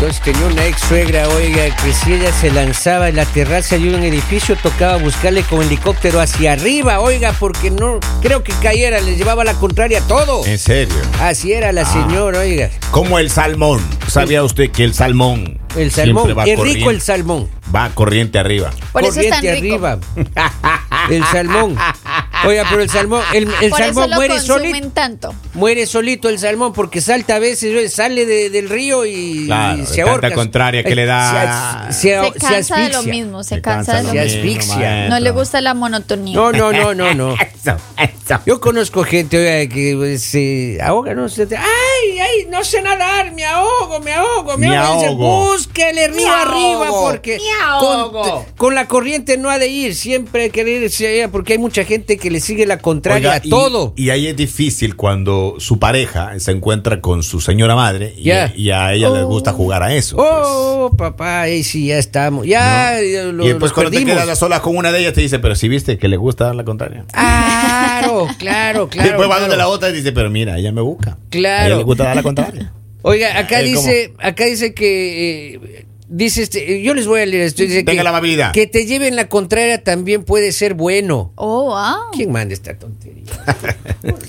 Pues tenía una ex suegra, oiga, que si ella se lanzaba en la terraza de un edificio, tocaba buscarle con helicóptero hacia arriba, oiga, porque no creo que cayera, le llevaba la contraria a todo. En serio. Así era Ah. la señora, oiga. Como el salmón. ¿Sabía usted que el salmón. El siempre salmón, va qué rico corriente- el salmón. Va corriente arriba. Por eso es tan Corriente rico. arriba. El salmón. Oiga, pero el salmón, el, el Por eso salmón lo muere consumen solito. tanto. Muere solito el salmón porque salta a veces, oye, sale de- del río y, Claro, y de se tanta ahorca. contraria que le da. Se, as- Se se- se cansa de lo asfixia. mismo, se cansa de lo se mismo. asfixia. maestro. No le gusta la monotonía. No, no, no, no, no. Eso, eso. Yo conozco gente oiga, que pues, se ahoga, no se ay, ay, no sé nadar, me ahogo, me ahogo, me, Me ahogo. Dicen, ahogo. Búsquele río arriba porque me con, con la corriente no ha de ir, siempre hay que irse allá porque hay mucha gente que le sigue la contraria Oiga, a y- todo. Y, ahí es difícil cuando su pareja se encuentra con su señora madre y, Ya. y a ella le gusta jugar a eso. oh, papá, ahí sí ya estamos. Ya eh, pues. lo, y después lo cuando te perdimos. quedas a solas con una de ellas te dice, pero si viste que le gusta dar la contraria. Claro, claro, claro. después va claro. donde la otra y dice, pero mira, ella me busca. A Claro. ella le gusta dar la contraria. Oiga, acá Eh, dice, acá dice que eh, dice este, eh, yo les voy a leer esto, dice Tenga que, la amabilidad. que te lleven la contraria también puede ser bueno. Oh, wow. ¿Quién manda esta tontería?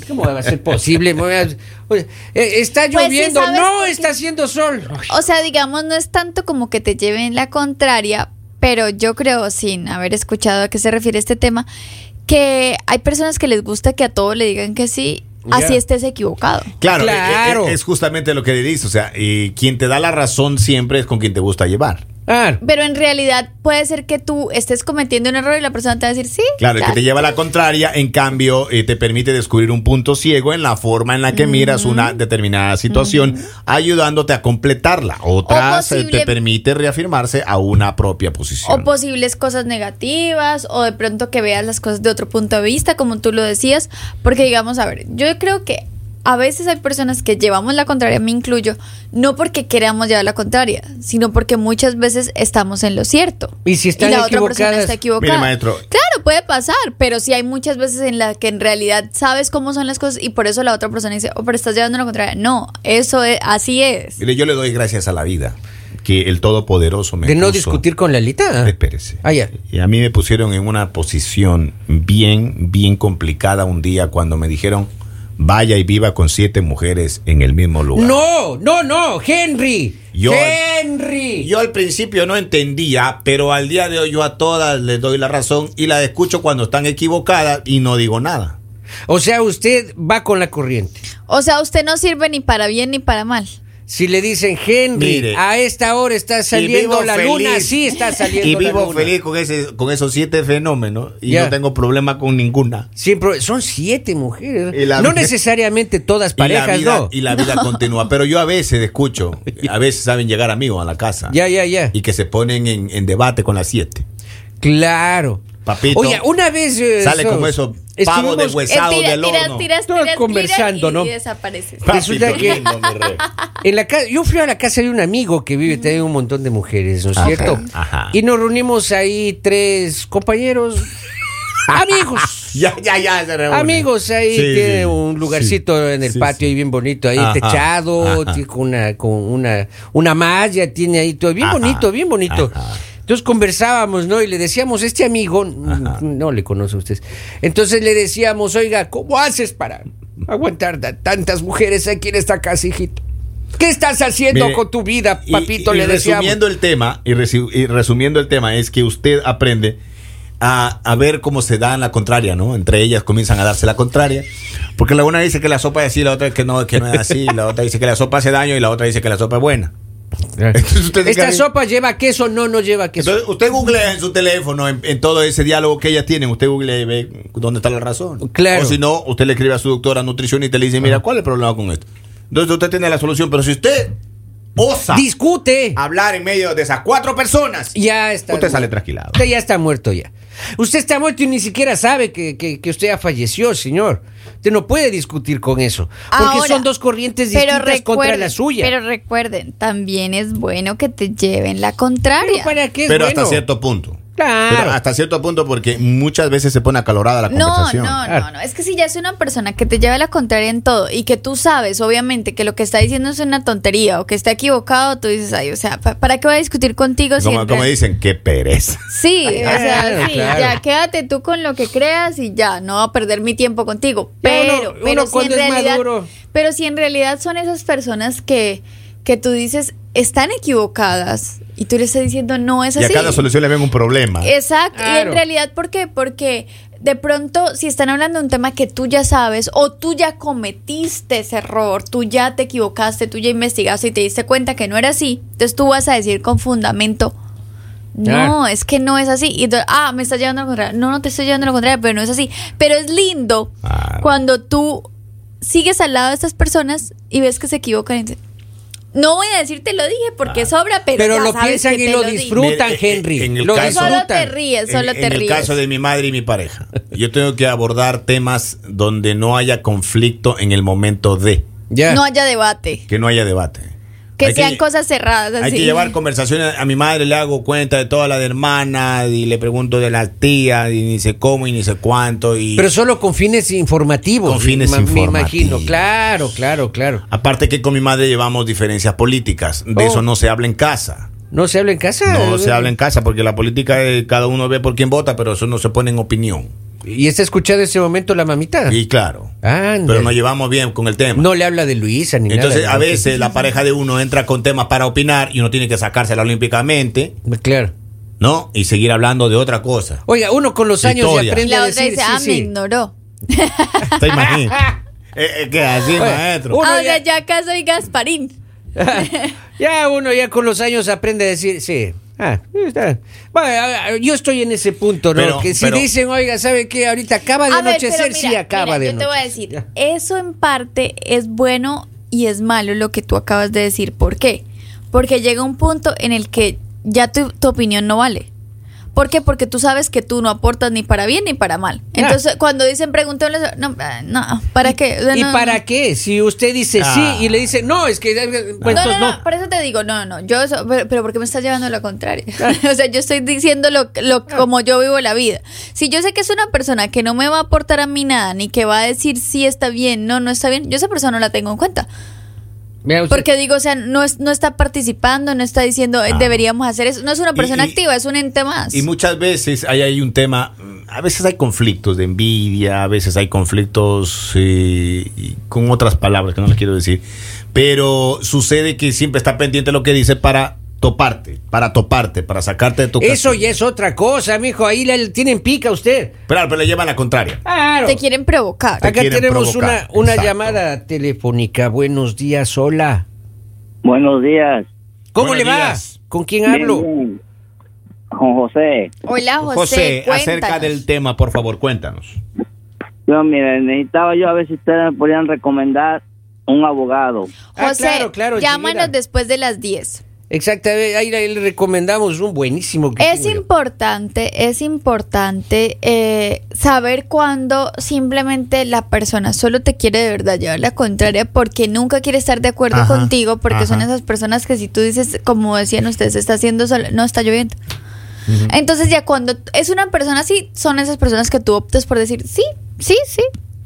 ¿Cómo va a ser posible? Me voy a- oye, eh, está Pues sí, lloviendo, ¿sabes no, por qué? está haciendo sol. O sea, digamos, no es tanto como que te lleven la contraria, pero yo creo, sin haber escuchado a qué se refiere este tema, que hay personas que les gusta que a todo le digan que sí, Ya. así estés equivocado. Claro, Claro. e- e- Es, justamente lo que le dice. O sea, y quien te da la razón siempre es con quien te gusta llevar. Ah, Pero en realidad puede ser que tú estés cometiendo un error y la persona te va a decir sí. Claro, el que ya, te lleva la contraria, en cambio, eh, te permite descubrir un punto ciego en la forma en la que miras una determinada situación, ayudándote a completarla. Otras eh, te posible- permite reafirmarse a una propia posición. O posibles cosas negativas, o de pronto que veas las cosas de otro punto de vista, como tú lo decías. Porque, digamos, a ver, yo creo que a veces hay personas que llevamos la contraria, me incluyo, no porque queramos llevar la contraria, sino porque muchas veces estamos en lo cierto. Y si están la otra persona equivocadas- está equivocada. Mire, maestro. Claro, puede pasar, pero sí hay muchas veces en las que en realidad sabes cómo son las cosas y por eso la otra persona dice, oh, pero estás llevando la contraria. No, eso es, así es. Mire, yo le doy gracias a la vida que el Todopoderoso me de no puso- discutir con Lalita. Espérese. Ah, ya. Y a mí me pusieron en una posición bien, bien complicada un día cuando me dijeron, vaya y viva con siete mujeres en el mismo lugar. No, no, no, Henry. Yo- Henry. Yo al principio no entendía, pero al día de hoy yo a todas les doy la razón y las escucho cuando están equivocadas y no digo nada. O sea, usted va con la corriente. O sea, usted no sirve ni para bien ni para mal. Si le dicen, Henry, Mire. a esta hora está saliendo vivo la feliz. luna, sí está saliendo Y la vivo luna. feliz con, ese, con esos siete fenómenos y Ya. no tengo problema con ninguna. Siempre, son siete mujeres. Y la no vida- necesariamente todas parejas, y la vida, ¿no? y la vida continúa. Pero yo a veces escucho, a veces saben llegar amigos a la casa Ya, ya, ya. y que se ponen en, en debate con las siete. Claro. Papito, Oye, una vez. eh, sale sos- como esos pavos de estuvimos- Eh, huesado tira, del tira, horno. tiras, Todo tiras, conversando, tiras ¿no? y, y desapareces. Papito Resulta que- lindo, mi rey. En la ca- yo fui a la casa de un amigo que vive también un montón de mujeres, ¿no es Ajá, cierto? ajá. Y nos reunimos ahí tres compañeros, amigos. Ya, ya, ya. se reúnen. Amigos, ahí Sí, tiene sí, un lugarcito sí, en el sí, patio ahí bien bonito, ahí Ajá, techado, ajá. tiene con una, con una, una malla, tiene ahí todo, bien Ajá, bonito, bien bonito. ajá. Entonces conversábamos, ¿no? Y le decíamos, este amigo, Ajá. no le conoce a ustedes. Entonces le decíamos, oiga, ¿cómo haces para aguantar da- tantas mujeres aquí en esta casa, hijito? ¿Qué estás haciendo Mire, con tu vida, y- papito? y le decíamos. resumiendo el tema y, resi- y resumiendo el tema es que usted aprende a, a ver cómo se dan la contraria, ¿no? Entre ellas comienzan a darse la contraria, porque la una dice que la sopa es así, la otra que no, que no es así, la otra dice que la sopa hace daño y la otra dice que la sopa es buena. Entonces usted, se ¿Esta queda- sopa lleva queso? No, no lleva queso. Entonces usted googlea en su teléfono, en, en todo ese diálogo que ellas tienen, usted googlea y ve dónde está la razón. Claro. O si no, usted le escribe a su doctora nutricionista y le dice, mira, ¿cuál es el problema con esto? Entonces usted tiene la solución, pero si usted osa Discute. hablar en medio de esas cuatro personas, Ya está. usted sale trasquilado. Usted ya está muerto ya. Usted está muerto y ni siquiera sabe que, que- que usted ya falleció, señor. Usted no puede discutir con eso. Porque Ahora, son dos corrientes pero distintas contra la recuerden- suya. Pero recuerden, también es bueno que te lleven la Pero contraria. ¿para qué es Pero bueno? hasta cierto punto. Pero Claro. hasta cierto punto porque muchas veces se pone acalorada la No, conversación. no, Claro. no, no. Es que si ya es una persona que te lleva la contraria en todo y que tú sabes, obviamente, que lo que está diciendo es una tontería o que está equivocado, tú dices, ay, o sea, ¿pa- ¿para qué voy a discutir contigo si Como, en como real- dicen, qué pereza. Sí, o sea, Claro, sí, claro. ya quédate tú con lo que creas y ya, no va a perder mi tiempo contigo. Pero, uno pero si en cuando es realidad, maduro. pero si en realidad son esas personas que, que tú dices están equivocadas y tú le estás diciendo no es Y a así. cada solución le ven un problema. Exacto. Y Claro. en realidad, ¿por qué? Porque de pronto, si están hablando de un tema que tú ya sabes o tú ya cometiste ese error, tú ya te equivocaste, tú ya investigaste y te diste cuenta que no era así, entonces tú vas a decir con fundamento. No, Claro. es que no es así. Y entonces, ah, me estás llevando a lo contrario. No, no te estoy llevando a lo contrario, pero no es así. Pero es lindo Claro. cuando tú sigues al lado de estas personas y ves que se equivocan. y dices, No voy a decirte lo dije porque sobra, pero, Pero ya lo sabes piensan que y te lo dije". disfrutan. Disfrutan, Mire, eh, Henry, en el lo caso- disfrutan. Solo te ríes, solo en, te en el ríes. caso de mi madre y mi pareja, yo tengo que abordar temas donde no haya conflicto en el momento de, Ya. No haya debate. que no haya debate. Que Hay sean cosas cerradas. Hay así. que llevar conversaciones. A mi madre le hago cuenta de toda la de hermana y le pregunto de la tía y ni sé cómo y ni sé cuánto. Y Pero solo con fines informativos. Con fines ma- Me imagino, informativos. claro, claro, claro. aparte que con mi madre llevamos diferencias políticas. De Oh. Mm. eso no se habla en casa. ¿No se habla en casa? No se habla en casa porque la política eh, cada uno ve por quién vota, pero eso no se pone en opinión. ¿Y está escuchando en ese momento la mamita? Y claro. Ande. Pero nos llevamos bien con el tema. No le habla de Luisa ni Entonces, nada. a veces la pareja de uno entra con temas para opinar y uno tiene que sacársela olímpicamente, Claro. ¿no? Y seguir hablando de otra cosa. Oiga, uno con los años Victoria. ya aprende La a otra decir dice, sí, ah, me sí. ignoró. ¿Te imaginas? Eh, eh, ¿Qué así, Oye, maestro? Uno Ahora ya- Ah, ya acá soy Gasparín. Ya uno ya con los años aprende a decir sí. Ah, está. Bueno, a- a- yo estoy en ese punto, ¿no? Pero- que si pero- dicen, oiga, ¿sabe qué? Ahorita acaba de A ver, anochecer, pero mira, sí, acaba mira, de Yo te voy a anochecer. decir, Ya. eso en parte es bueno y es malo lo que tú acabas de decir. ¿Por qué? Porque llega un punto en el que ya tu, tu opinión no vale. ¿Por qué? Porque tú sabes que tú no aportas ni para bien ni para mal. Ya. Entonces, cuando dicen pregúntales, no, ah, no, ¿para qué? O sea, ¿Y no, para no. qué? Si usted dice Ah. sí y le dice no, es que. Pues, no, entonces, no, no, por eso te digo, no, no, yo, eso- pero, pero ¿por qué me estás llevando lo contrario? o sea, yo estoy diciendo lo, lo, como yo vivo la vida. Si yo sé que es una persona que no me va a aportar a mí nada, ni que va a decir sí está bien, no, no está bien, yo esa persona no la tengo en cuenta. Vea usted. Porque digo, o sea, no, es, no está participando, no está diciendo, eh, Ah. deberíamos hacer eso. No es una Y- persona y- activa, es un ente más. Y muchas veces hay ahí un tema, mm, a veces hay conflictos de envidia, a veces hay conflictos eh, y con otras palabras que no les quiero decir, pero sucede que siempre está pendiente lo que dice para toparte, para toparte, para sacarte de tu Eso casilla. ya es otra cosa, mijo. Ahí le tienen pica a usted. Pero, pero le llevan la contraria. Claro. Te quieren provocar. Te Acá quieren tenemos una, provocar, una exacto. llamada telefónica. Buenos días, hola. Buenos días. ¿Cómo Buenos le va? días. ¿Con quién hablo? Bien, bien. Con José. Hola, José. José, acerca cuéntanos. del tema, por favor, cuéntanos. Yo, mire, necesitaba yo a ver si ustedes me podían recomendar un abogado. Ah, José, claro, claro, llámanos enseguida. después de las 10. Exactamente, ahí le le recomendamos un buenísimo. que Es tengo yo. importante, es importante eh, saber cuándo simplemente la persona solo te quiere de verdad llevar la contraria porque nunca quiere estar de acuerdo Ajá, contigo, porque son ajá. esas personas que si tú dices, como decían ustedes, está haciendo sol, no está lloviendo. Entonces ya cuando es una persona así, son esas personas que tú optas por decir, sí, sí, sí,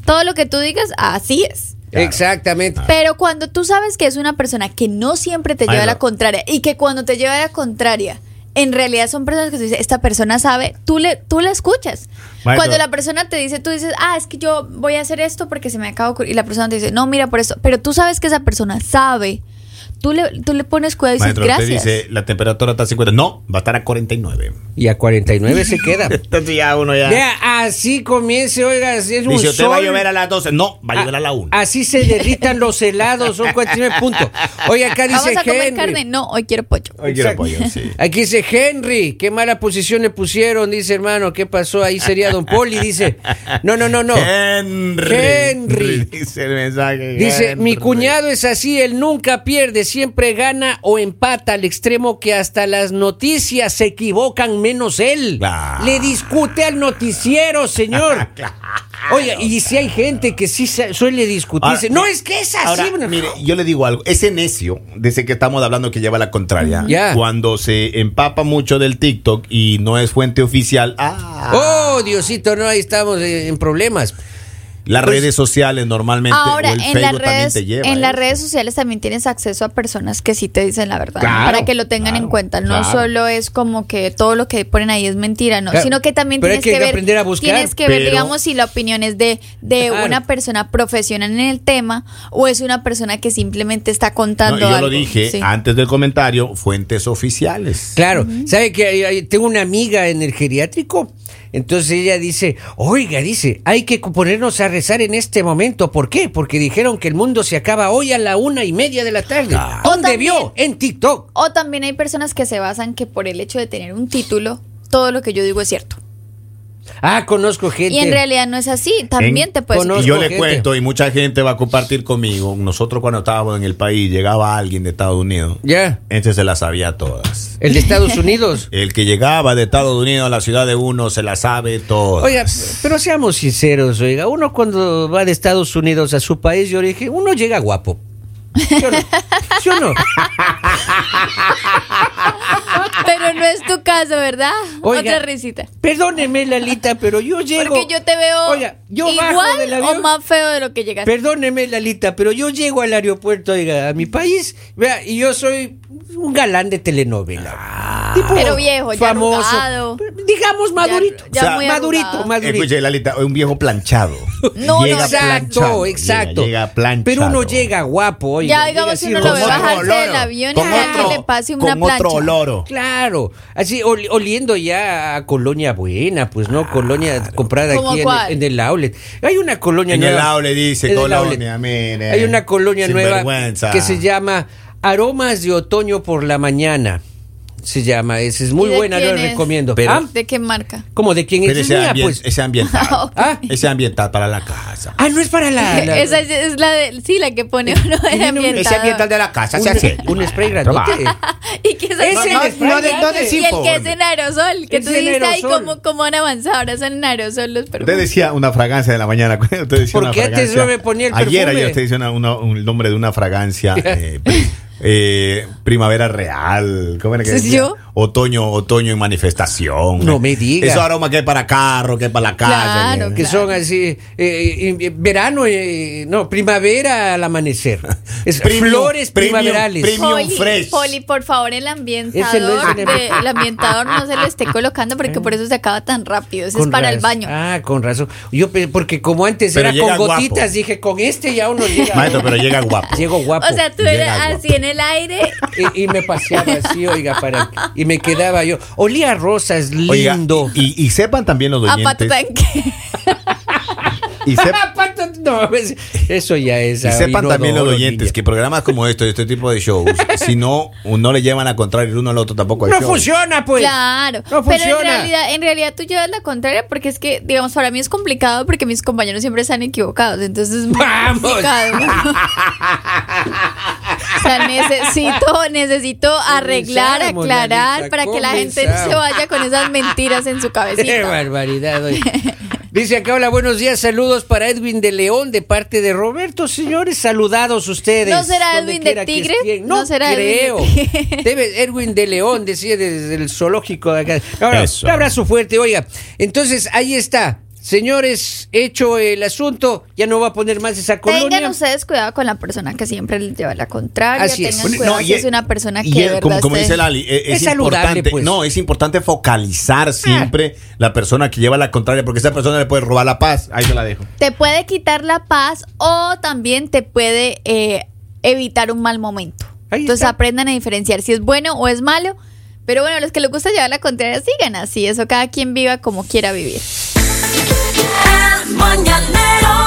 todo lo que tú digas, así es. Claro. Exactamente. Pero cuando tú sabes que es una persona que no siempre te Ah. Ahí lleva va. la contraria y que cuando te lleva la contraria, en realidad son personas que tú dices, esta persona sabe, tú le tú la escuchas. Maestro. Cuando la persona te dice, tú dices, ah, es que yo voy a hacer esto porque se me acaba de ocurrir. Y la persona te dice, no, mira, por esto. Pero tú sabes que esa persona sabe. Tú le, tú le pones cuidado y dices, Maestro, usted gracias. dice, la temperatura está a 50. No, va a estar a 49. Y a 49 se queda. Entonces ya uno ya... Vea, así comience, oiga, si es un Dice, usted sol. Ah, va a llover a las 12. No, va a llover a la 1. Así se derritan los helados, son 49 puntos. Oye, acá dice Vamos a comer Henry. carne. No, hoy quiero pollo. Hoy quiero Exacto. pollo, sí. Aquí dice Henry, qué mala posición le pusieron, dice hermano, ¿qué pasó? Ahí sería Don Poli, dice. No, no, no, no. Henry. Henry. Dice el mensaje. Dice, mi Henry. cuñado es así, él nunca pierde, siempre gana o empata al extremo que hasta las noticias se equivocan menos él. Claro. Le discute al noticiero, Ah, señor. Oye, y si hay gente que sí sa- suele Ahora, discutirse. no, es que es así. Ahora, bro. mire, yo le digo algo. Ese necio, desde que estamos hablando que lleva la contraria, Ya. cuando se empapa mucho del TikTok y no es fuente oficial, ah, Oh, Diosito, no, ahí estamos eh, en problemas. las Pues- redes sociales normalmente Ahora, o el en, Facebook las también redes, te lleva. en ¿eh? las redes sociales también tienes acceso a personas que sí te dicen la verdad, ¿no? Claro, para que lo tengan claro, en cuenta. No claro. solo es como que todo lo que ponen ahí es mentira, no, Claro, sino que también pero hay tienes que que, ver, aprender a buscar, tienes que ver, pero- digamos, si la opinión es de, de Claro. una persona profesional en el tema o es una persona que simplemente está No, contando y yo algo. lo dije Sí. antes del comentario, fuentes oficiales. Claro, ¿sabe que hay- hay- tengo una amiga en el geriátrico? Entonces ella dice, oiga, dice, hay que co- ponernos a rezar en este momento. ¿Por qué? Porque dijeron que el mundo se acaba hoy a la una y media de la tarde. Ah. ¿Dónde O también- vio? En TikTok. O también hay personas que se basan que por el hecho de tener un título, todo lo que yo digo es cierto. Ah, conozco gente. Y en realidad no es así, también En- te puedes Conozco y yo le gente. cuento, y mucha gente va a compartir conmigo. Nosotros, cuando estábamos en el país, llegaba alguien de Estados Unidos. Ya, Este se las sabía todas. el de Estados Unidos. El que llegaba de Estados Unidos a la ciudad de uno se la sabe todo. Oiga, pero seamos sinceros, oiga, uno cuando va de Estados Unidos a su país de origen, uno llega guapo. ¿Sí o no? ¿Sí o no? Pero no es tu caso, ¿verdad? Oiga, Otra risita. Perdóneme, Lalita, pero yo llego. Porque yo te veo Oiga, yo bajo igual del o avión. más feo de lo que llegaste. Perdóneme, Lalita, pero yo llego al aeropuerto, oiga, a mi país, vea, y yo soy un galán de telenovela. Ah. Tipo Pero viejo, ya arrugado. Digamos madurito. ya O sea, muy madurito, arrugado. madurito. Escuche, Lalita, un viejo planchado. No, no, exacto, planchado, exacto. Llega, llega planchado. Pero uno llega guapo, oiga. Ya, llega digamos, así uno lo Con ve rosado. otro bajarse olor, del avión y con dejar que otro- le pase una Con otro plancha. oloro. Claro, así ol- oliendo ya a colonia buena, pues no, colonia comprada ¿Cómo aquí en, cuál? en el outlet. Hay una colonia En el nueva. outlet dice, En el colonia, outlet. mire, Hay una colonia sin nueva vergüenza. que se llama Aromas de Otoño por la Mañana. Se llama, es, es muy ¿Y de buena, yo quién la es? recomiendo. Pero- ¿Ah? ¿De qué marca? ¿Cómo de quién es? Pero Es ese, mía, ambien- pues. ese ambiental. Ah, ok. Ah. Ese ambiental para la casa. Ah, no es para la. la- Esa es, es la de, sí, la que pone uno en Tiene un- ambientador. Ese ambiental de la casa se un, hace. un spray grandote. y que se Ese pone- no- no de- no y el que es desinforme. en aerosol, que Es tú en dijiste ahí aerosol. cómo, cómo han avanzado, ahora son en aerosol los Usted perfumes. decía una fragancia de la mañana. Usted decía Porque una antes fragancia. yo me ponía el Ayer, perfume. ayer usted decía una- una- un el nombre de una fragancia. eh, pri- eh, primavera real. ¿Cómo era que ¿Sí, decía? yo? Otoño, otoño en manifestación. No me diga. Esos aromas que es para carro, que es para la casa. Claro, que- Que son así, eh, eh, verano, eh, no, primavera al amanecer. Es Premium, flores premium, primaverales. premium. Poli, fresh. Poli, por favor, el Ese no ambientador, es en el- Eh. de- el ambientador no se lo esté colocando porque por eso se acaba tan rápido. Ese es Con para el raz- baño. Ah, con razón. Yo pe- porque como antes era Pero con llega guapo. gotitas, dije, con este ya uno llega. Maestro, pero llega guapo. Llego guapo. o sea, tú llega eras guapo. así en el aire y, y me paseaba así, oiga, para y me quedaba yo. Olía a rosas, Oiga, lindo. y, y sepan también los a pato oyentes. tanque. Y, sep- Pato, no, es- eso ya es. y sepan inodoro, también los oyentes niña. que programas como estos, este tipo de shows, si no, no le llevan a contrario el uno al otro tampoco hay no show. funciona, pues. claro. No Pero funciona. en realidad, en realidad tú llevas la contraria porque es que, digamos, para mí es complicado porque mis compañeros siempre están equivocados. Entonces es muy ¡Vamos! complicado. O sea, necesito, necesito arreglar, Comenzamos, aclarar Lalita, para que la gente no comenzamos. se vaya con esas mentiras en su Qué cabecita. barbaridad. oye. Dice acá, hola, buenos días, saludos para Edwin de León de parte de Roberto. Señores, saludados ustedes. ¿No será donde Edwin de quiera que Tigre? estén. No, ¿No será creo. Edwin de Tigre? Debe Edwin de León, decía desde el zoológico de acá. Ahora, Eso. un abrazo fuerte, oiga. Entonces, ahí está. Señores, hecho el asunto, ya no va a poner más esa Tengan colonia. ustedes cuidado con la persona que siempre les lleva la contraria. Así es. Tengan Bueno, cuidado Pues, No, si y es una persona que y de es- verdad como, como esté- dice Lali, e- es, Es saludable, importante, pues. no, es importante Ah. focalizar siempre la persona que lleva la contraria, porque esa persona le puede robar la paz. Ahí se la dejo. te puede quitar la paz o también te puede eh, evitar un mal momento. Ahí Entonces está. aprendan a diferenciar si es bueno o es malo. Pero bueno, los que les gusta llevar la contraria sigan así. Eso cada quien viva como quiera vivir. El mañanero